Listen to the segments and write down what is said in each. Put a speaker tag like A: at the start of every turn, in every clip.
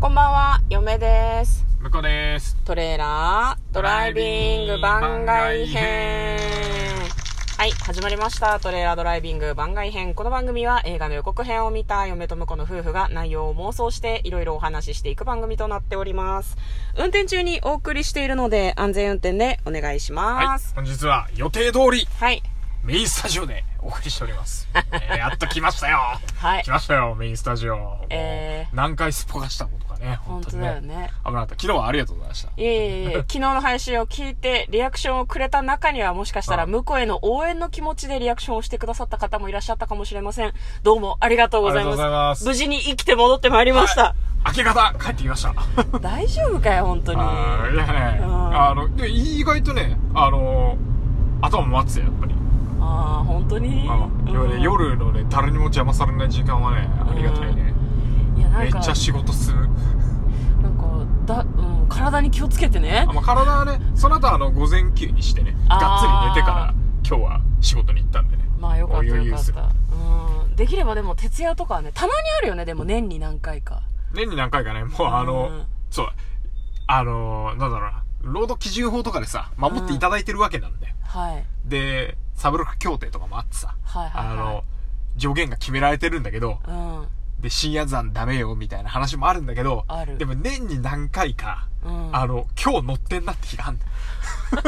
A: こんばんは、嫁です。
B: 向こうです
A: トレーラードライビング番外編。はい、始まりました。トレーラードライビング番外編。この番組は映画の予告編を見た嫁と婿の夫婦が内容を妄想していろいろお話ししていく番組となっております。運転中にお送りしているので安全運転でお願いし
B: は
A: ま
B: い
A: す。
B: 本日は予定通り
A: はい。
B: メインスタジオでお送りしてお ります、えーやっと来ましたよ
A: はい
B: 来。ましたよメインスタジオ、
A: えー
B: 何回すっぽかしたことかね
A: 本
B: 本当
A: 当
B: に
A: だよ
B: ね
A: ね。
B: 危なかった昨日はありがとうございました
A: いえいえいえ、昨日の配信を聞いて、リアクションをくれた中には、もしかしたら、
B: うん
A: 向こうへの応援の気持ちでリアクションをしてくださった方もいらっしゃったかもしれません。どうもありがとうござい
B: ありがとう
A: ま
B: ご
A: す。
B: ざいます
A: 無事に生きて戻ってまいりました。
B: 明け方帰ってきました
A: 大丈夫かよ、本当に。
B: あーいやね
A: うん
B: あので意外とねあの頭も待つよやっぱり、
A: ああ、本当に。
B: まあ
A: うん
B: ね夜のね誰にも邪魔されない時間はねありがたいね、
A: いや、な
B: め
A: ん
B: っ
A: か、なん
B: ちゃ
A: か、
B: 仕事する
A: だ、うん、体に気をつけてね
B: あ。まあ、体はね、その後あの、午前休にしてね、
A: あー
B: がっつり寝てから、今日は仕事に行ったんでね。
A: まあ、よかった
B: お余
A: よ
B: 裕
A: かっ
B: する
A: た。うん。できればでも、徹夜とかはね、たまにあるよね、でも年に何回か。
B: 年に何回かね、もうあ
A: う
B: の
A: ん、
B: そう、あのー、なんだろうな、労働基準法とかでさ、守っていただいてるわけなんで。
A: はい。
B: で、サブロック協定とかもあってさ、
A: はいはいはい
B: あの、上限が決められてるんだけど、
A: うん。
B: で、深夜残ダメよ、みたいな話もあるんだけど、
A: ある
B: でも年に何回か、
A: うん。
B: あの、今日乗ってんなって日があんだよ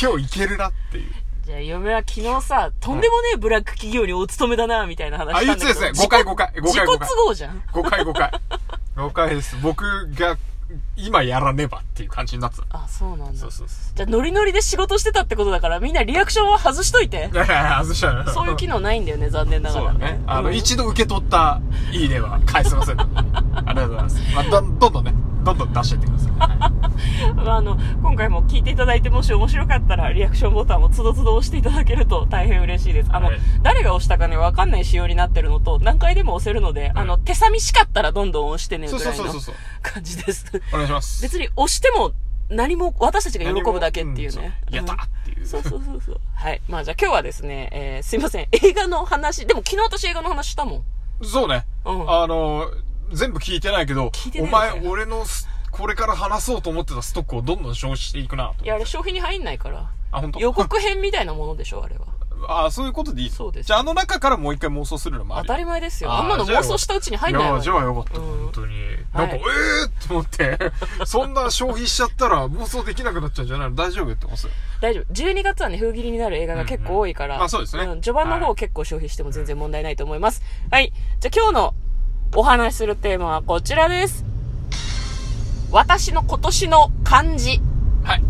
B: 今日行けるなっていう。
A: じゃあ、嫁は昨日さ、とんでもねえブラック企業にお勤めだな、みたいな話
B: あ、
A: した
B: 言
A: ん
B: っ
A: だ
B: て
A: け
B: で
A: ど。
B: すね、5回5回、5回5
A: 自
B: 回
A: 己。都合じゃん。
B: 誤解誤解誤解です僕が今やらねばっていう感じになってた
A: あ、そうなんだ。
B: そうそ
A: じゃあ、ノリノリで仕事してたってことだから、みんなリアクションは外しとい て
B: い。やいや外しちゃう
A: そういう機能ないんだよね、残念なが
B: そう
A: ら
B: だ
A: ね。
B: ねあの、
A: うん
B: 一度受け取ったいいねは返せませんのでありがとうございます、まあ、どんどんどんねどんどん出してってください、はい
A: まあ、あの、今回も聞いていただいて、もし面白かったら、リアクションボタンをつどつど押していただけると大変嬉しいです。あの、
B: はい
A: 誰が押したかね、わかんない仕様になってるのと、何回でも押せるので、あの、
B: う
A: 手寂しかったらどんどん押してね、
B: そう
A: ぐ
B: そう
A: らい
B: そう
A: の
B: そうそう
A: 感じです。
B: お願いします
A: 別に押しても何も私たちが喜ぶだけっていうね。
B: 何もんそやった
A: うん
B: ーっていう
A: そうそうそうそう。はい。まあじゃあ今日はですね、えー、すいません。 映画の話、でも昨日私映画の話したもん。
B: そうね、
A: うん
B: あの全部聞いてないけど
A: 聞いて
B: お
A: ない
B: 前俺のスこれから話そうと思ってたストックをどんどん消費していくなと
A: いや、あれ消費に入んないから。
B: あ本当
A: 予告編みたいなものでしょ、あれは。
B: あそういうことでいいの
A: そうです
B: じゃああの中からもう一回妄想するのも
A: 当
B: あり
A: たり前ですよ。
B: あ
A: あ
B: ー
A: んなの妄想したうちに入んない
B: い
A: わ
B: や、じゃあよかった、
A: うん
B: 本当に。な
A: は
B: んか、
A: い
B: ええー、と思って、そんな消費しちゃったら妄想できなくなっちゃうんじゃないの大丈夫って思ってたよ
A: 大丈夫。12月はね、封切りになる映画が結構多いから。
B: うんうんあそうですね
A: ん序盤の方を結構消費しても全然問題ないと思います。はい。じゃあ今日のお話しするテーマはこちらです。私の今年の漢字。
B: はい。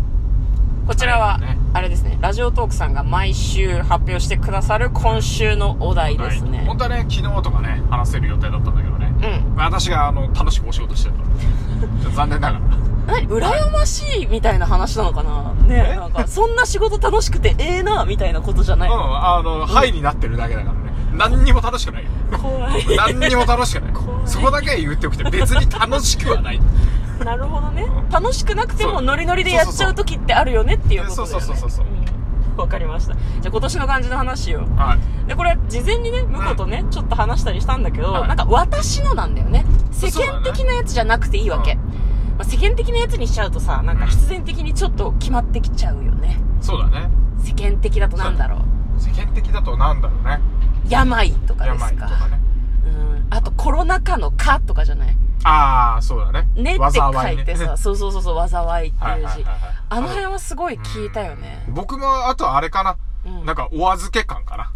A: こちら
B: あ
A: は
B: れね、
A: あれですね、ラジオトークさんが毎週発表してくださる今週のお題です
B: はい
A: ね。
B: 本当はね、昨日とかね、話せる予定だったんだけどね。
A: うん。
B: まあ私が、あの、楽しくお仕事してるから。ちょっと残念ながら。
A: 何羨ましいみたいな話なのかなね
B: え
A: なんか、そんな仕事楽しくてええな、みたいなことじゃない。
B: うん、あの、はいになってるだけだからね。何にも楽しくないよ。
A: 怖 い。
B: 何にも楽しくな
A: 怖い
B: い。そこだけは言っておくて、別に楽しくはない。
A: なるほどね。楽しくなくて
B: そ
A: も
B: う
A: ノリノリでやっちゃう時ってあるよねっていうことだよね。
B: そうそうそうそうそうん
A: わかりました。じゃあ今年の漢字の話を。
B: はい。
A: で、これ、事前にね、向こうとね、ちょっと話したりしたんだけど、
B: はい
A: なんか、私のなんだよね。世
B: そうだ
A: 間
B: ね
A: 的なやつじゃなくていいわけ。
B: うん
A: まあ、世間的なやつにしちゃうとさ、なんか
B: うん
A: 必然的にちょっと決まってきちゃうよね。
B: そうだね。
A: 世間的だとなんだろう。
B: 世間的だとなんだろうね。
A: 病とかです
B: 病と
A: か。
B: かね。
A: うん。あと、コロナ禍の禍とかじゃない
B: ああ、そうだね。
A: ねって書
B: 災
A: いて
B: ね
A: さ、そうそうそうそう、災いって
B: はいいうはいはい
A: 字
B: はい。
A: あの辺はすごい聞いたよね。
B: 僕も、あとあれかな。
A: うん
B: なんか、お預け感かな。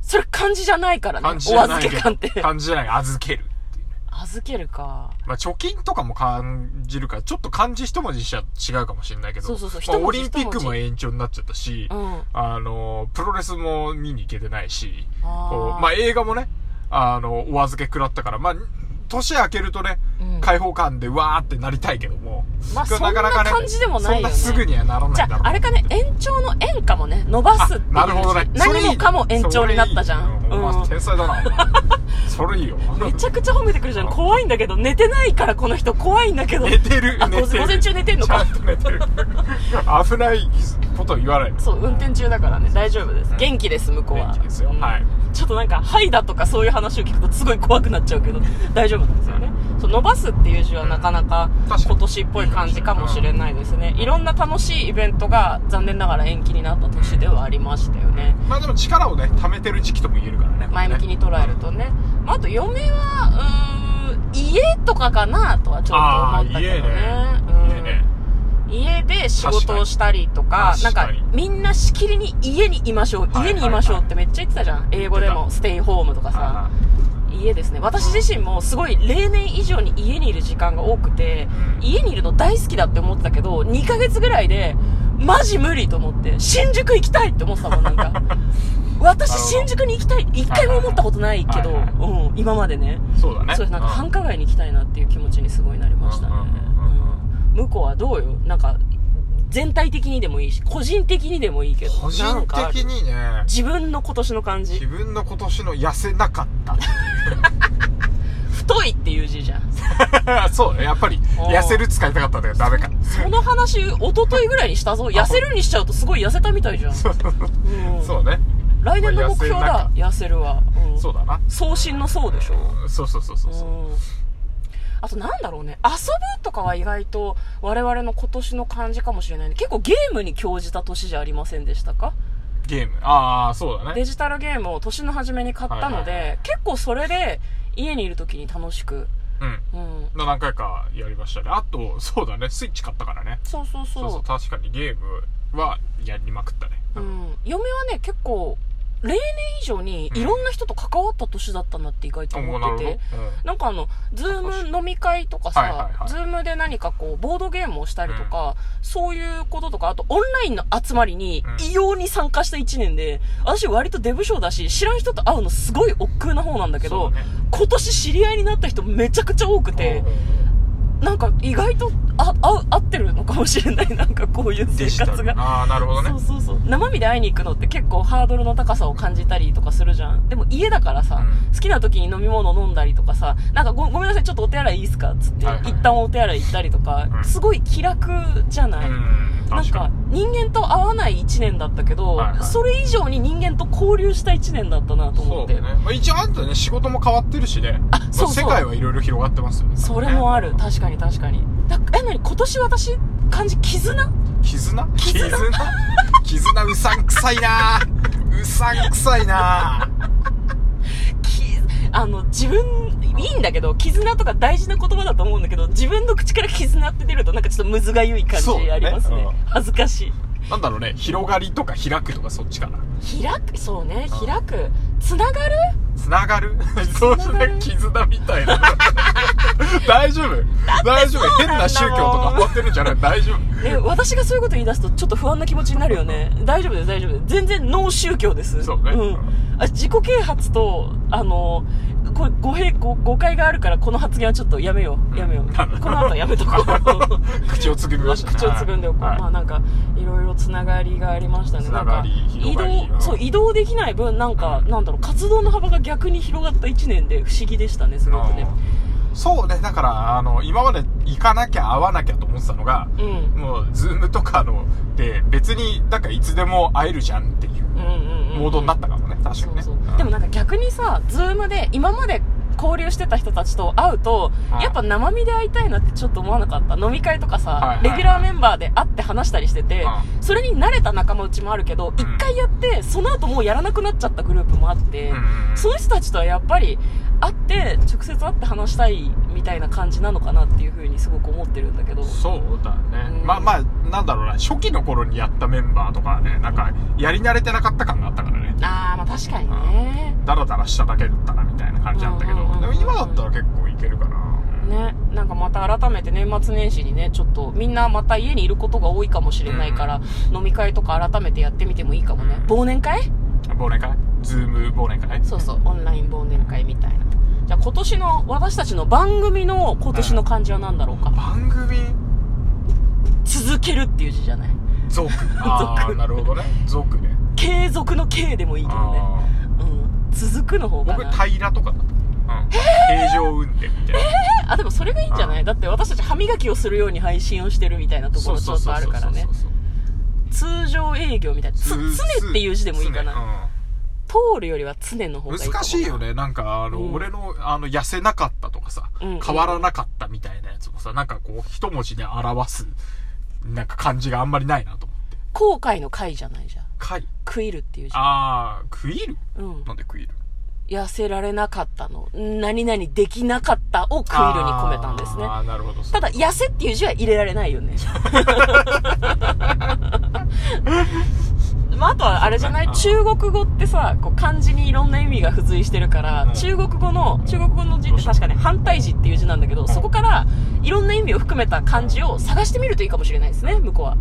A: それ漢字じゃないからね。
B: 感じじ
A: お
B: ゃな
A: 預
B: い
A: け
B: け
A: 感って。
B: ど。感じじゃない、預けるっていうね。
A: 預けるか。
B: まあ、貯金とかも感じるから、ちょっと漢字一文字しちゃ違うかもしれないけど。
A: そうそうそう
B: ま
A: 一
B: あオ
A: 文字
B: リンピックも延長になっちゃったし
A: う、ん。
B: あの、プロレスも見に行けてないし、
A: あー
B: こうまあ、映画もね、あの、お預け食らったから、まあ、年明けるとね、
A: うん
B: 開放感でわーってなりたいけども。
A: まあ
B: これかかね
A: そんな感じでもないよね
B: そんなすぐにはならない
A: じ
B: だ
A: ゃ
B: ろう
A: あ、あれかね、延長の円かもね、伸ばすっていう。
B: なるほどね。そ
A: 何
B: れい
A: も
B: い
A: かも延長になったじゃん。
B: それいいよお前
A: う
B: 天才 だな、お前それいいよ。
A: ん。めちゃくちゃ褒めてくるじゃん。怖いんだけど、寝てないからこの人怖いんだけど。
B: 寝てる、
A: あ
B: 寝てる。
A: 午前中寝てんのか
B: ちゃんと寝てる。危ないこと言わない。
A: そう、運転中だからね、大丈夫です。元気です、向こうは。
B: 元気ですよ
A: うん
B: はい
A: ちょっとなんか、はいだとかそういう話を聞くとすごい怖くなっちゃうけど、大丈夫なんですよね。そう伸ばすっていう字はなかなか
B: 確かに
A: 今年っぽい感じかもしれないですねいろんな楽しいイベントが残念ながら延期になった年ではありましたよね
B: まあでも力をね貯めてる時期とも言えるからね
A: 前向きに捉えるとね、まあ、あと嫁はうーん家とかかなとはちょっと思ったけどね
B: あ
A: うん
B: ー家ね家ね
A: 家で仕事をしたりとかなん
B: 確
A: か
B: かに
A: みんなしきりに家にいましょう
B: はい
A: 家にいましょうってめっちゃ言ってたじゃん英語で
B: 言っ
A: も
B: て
A: ステイホームとかさ
B: あ
A: 家ですね私自身もすごい例年以上に家にいる時間が多くて
B: うん
A: 家にいるの大好きだって思ってたけど2ヶ月ぐらいでマジ無理と思って新宿行きたいって思ってたもんなん か私
B: なるほど
A: 新宿に行きたい一回も思ったことないけど、
B: はいはい
A: うん、今までね
B: ーそうだね
A: そうですなんか
B: うん
A: 繁華街に行きたいなっていう気持ちにすごいなりましたね、
B: うんうんうんうん
A: うん向こうはどうよなんか全体的にでもいいし個人的にでもいいけど
B: 個
A: な
B: 人
A: んかある
B: 的にね
A: 自分の今年の感
B: 自
A: じ
B: 分の今年の痩せなかっ
A: 太いっていう字じゃん
B: た そうねやっぱり
A: おー
B: 痩せる使いたかったんだけどダメか
A: その話一昨日ぐらいにしたぞ痩せるにしちゃうとすごい痩せたみたいじゃん、
B: そう
A: うん
B: そうね
A: 来年の目標だ痩せるは、うん、
B: そうだな
A: 送信のそうでしょ、
B: そうそうそうそうそう
A: うんあとなんだろうね遊ぶとかは意外と我々の今年の感じかもしれないね結構ゲームに興じた年じゃありませんでしたか
B: ゲームああそうだね
A: デジタルゲームを年の初めに買ったので、
B: はいはい
A: 結構それで家にいる時に楽しく、
B: うん
A: うん、
B: の何回かやりましたねあとそうだねスイッチ買ったからね
A: そうそうそう
B: そうそう確かにゲームはやりまくったね
A: うん、嫁はね結構例年以上にいろんな人と関わった年だったなって意外と
B: おー
A: 思ってて、
B: うん
A: なんかあの、ズーム飲み会とかさ、
B: はいはいはい
A: ズームで何かこう、ボードゲームをしたりとか、そういうこととか、あとオンラインの集まりに
B: うん
A: 異様に参加した1年で、私割とデブ症だし、知らん人と会うのすごい億劫な方なんだけ
B: そ
A: ど、
B: うだね
A: 今年知り合いになった人めちゃくちゃ多くて
B: お、ー
A: なんか意外と、あ、合う合ってるのかもしれない、なんかこういう
B: デ
A: 生
B: ジタ
A: 活
B: ル
A: が。
B: ああなるほどね
A: そうそうそう生身で会いに行くのって結構ハードルの高さを感じたりとかするじゃんでも家だからさ、
B: うん
A: 好きな時に飲み物飲んだりとかさなんかごごめんなさいちょっとお手洗いいいっすかっつって、
B: はいはい
A: 一旦お手洗い行ったりとか、
B: うん
A: すごい気楽じゃない、
B: うん
A: なん
B: 確か
A: か
B: に
A: 人間と会わない1年だったけど、
B: はいはい
A: それ以上に人間と交流した1年だったなと思
B: そ
A: っ
B: う
A: て
B: だね、まあ、一応あんたね仕事も変わってるしね
A: あそうそう
B: 世界はいろいろ広がってますよね
A: それもある
B: ね
A: 確かに確かにだえ何今年私感じ絆
B: 絆絆絆うさんくさいなうさんくさいな
A: きあの自分いいんだけど絆とか大事な言葉だと思うんだけど自分の口から絆って出るとなんかちょっとむずがゆい感
B: そうだ
A: じ
B: ね
A: ありますね
B: うん
A: 恥ずかしい
B: なんだろうね広がりとか開くとかそっちかな
A: 開くそうね開くつながる
B: つながるそうじゃない絆みたいな大丈夫大丈夫
A: そう
B: 変
A: なんだもん
B: な宗教とか終わってるんじゃない大丈夫
A: ね私がそういうこと言い出すとちょっと不安な気持ちになるよね大丈夫です大丈夫です全然ノー宗教です
B: そうね
A: ん、あ自己啓発とあのこれ語弊ご誤解があるからこの発言はちょっとやめようやめようこの後はやめとこう
B: 口をつぐみましたね
A: 口をつぐんでおこう、
B: はい
A: まあなんかいろいろつながりがありましたね
B: つながり
A: んか移
B: 広がりう
A: 動
B: ん
A: そう移動できない分なんか、
B: うん
A: なんだろう活動の幅が逆に広がった1年で不思議でしたねすごくね
B: そうねだからあの今まで行かなきゃ会わなきゃと思ってたのが
A: うんうん
B: もうズームとかので別になんかいつでも会えるじゃんっていう
A: うんうん
B: モードになったかもね確か
A: そ
B: に
A: う
B: ね
A: そう、
B: うん
A: でもなんか逆にさ Zoom で今まで交流してた人たちと会うと、
B: はい
A: やっぱ生身で会いたいなってちょっと思わなかった飲み会とかさ、
B: はいはい
A: レギュラーメンバーで会って話したりしてて、
B: う
A: それに慣れた仲間内もあるけど一、回やってその後もうやらなくなっちゃったグループもあって、
B: うん
A: その人たちとはやっぱり会って直接会って話したいみたいな感じなのかなっていうふうにすごく思ってるんだけど
B: そうだね、
A: うん
B: まあまあなんだろうな初期の頃にやったメンバーとかはねなんかやり慣れてなかった感があったからね
A: ああまあ確かにね
B: ダラダラしただけだったなみたいな感じだったけ
A: う
B: ど、
A: んうんうんうん
B: でも今だったら結構いけるかな、
A: ねなんかまた改めて年末年始にねちょっとみんなまた家にいることが多いかもしれないから、飲み会とか改めてやってみてもいいかもね
B: うん
A: 忘年会
B: 忘年会ズーム忘年会
A: そうそうオンライン忘年会みたいなじゃあ今年の私たちの番組の今年の漢字は何だろうか、
B: 番組
A: 続けるっていう字じゃない
B: 族ああなるほどね族ね
A: 継続の継でもいいけどね、
B: あー
A: うん、続くの方か
B: 僕
A: な
B: 平とかだった、うん、平常運転みたいな
A: あでもそれがいいんじゃないだって私たち歯磨きをするように配信をしてるみたいなところちょっとあるからね
B: そうそうそうそう
A: 通常営業みたいなつ
B: つ
A: 常っていう字でもいいかな、
B: 常うん
A: 通るよりは常の方がいいかもな
B: 難しいよね。なんか、あの、
A: うん
B: 俺の、あの、痩せなかったとかさ、
A: うんうん
B: 変わらなかったみたいなやつもさ、なんかこう、一文字で表す、なんか感じがあんまりないなと思って。
A: 後悔の悔じゃないじゃん
B: 貝
A: 食いるっていうじゃん
B: あー、食いる
A: うん
B: なんで食いる
A: 痩せられなかったの何々できなかったを食いるに込めたんですね
B: あー、なるほど。
A: ただ痩せっていう字は入れられないよ ねまあ、あとはあれじゃない
B: うん
A: 中国語ってさこう漢字にいろんな意味が付随してるから、
B: うん
A: 中国語の中国語の字って確かね反対字っていう字なんだけど、そこからいろんな意味を含めた漢字を探してみるといいかもしれないですね向こうは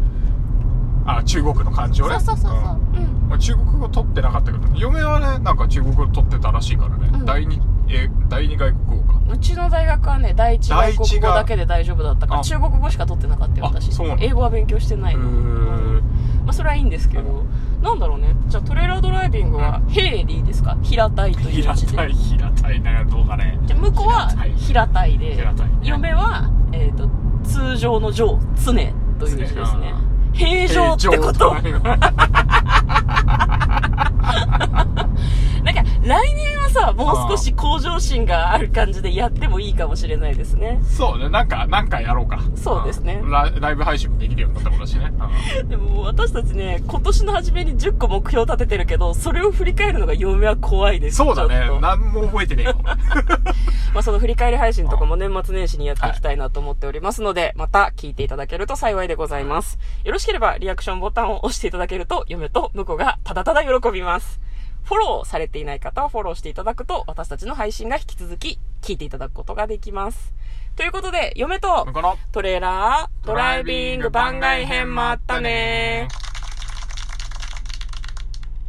B: あ、中国の漢字をね。
A: そうそうそうそう、うん
B: んまあ中国語取ってなかったけど、嫁はね、なんか中国語取ってたらしいからね。
A: うん
B: 第二、え、第二外国語か。
A: うちの大学はね第一外
B: 第一
A: 国
B: が
A: 語だけで大丈夫だったから
B: あ
A: 中国語しか取ってなかったよ
B: あ
A: 私
B: そうなの
A: 英語は勉強してな
B: う
A: いの、
B: ーん。
A: まあ、それはいいんですけど、なんだろうね。じゃあトレーラードライビングは、へいでいいですか平たいという
B: 平
A: 字で。
B: たい、平たいな、どうかね。
A: じゃあ向こうは平
B: 平
A: たいで、
B: 平たいね
A: 嫁は、えっ、と、通常の常、常という字ですね
B: 常あ。
A: 平常ってこと。
B: 平常と
A: なんか、来年はさ、もう少し向上心がある感じでやってもいいかもしれないですね。
B: そうね、なんか、なんかやろうか。
A: そうですね
B: んライライブ配信もできるようになったもんだしね。
A: でももう私たちね、今年の初めに10個目標立ててるけど、それを振り返るのが嫁は怖いです。
B: そう
A: ち
B: だ
A: ょっ
B: ね
A: と。
B: 何も覚えてねえよ。俺
A: まあ、その振り返り配信とかも年末年始にやっていきたいなと思っておりますので、また聞いていただけると幸いでございます。よろしければリアクションボタンを押していただけると、嫁と婿がただただ喜びます。フォローされていない方はフォローしていただくと、私たちの配信が引き続き聞いていただくことができます。と いうことで、嫁と
B: この、
A: トレーラー、ドライビング番外編もあったねー。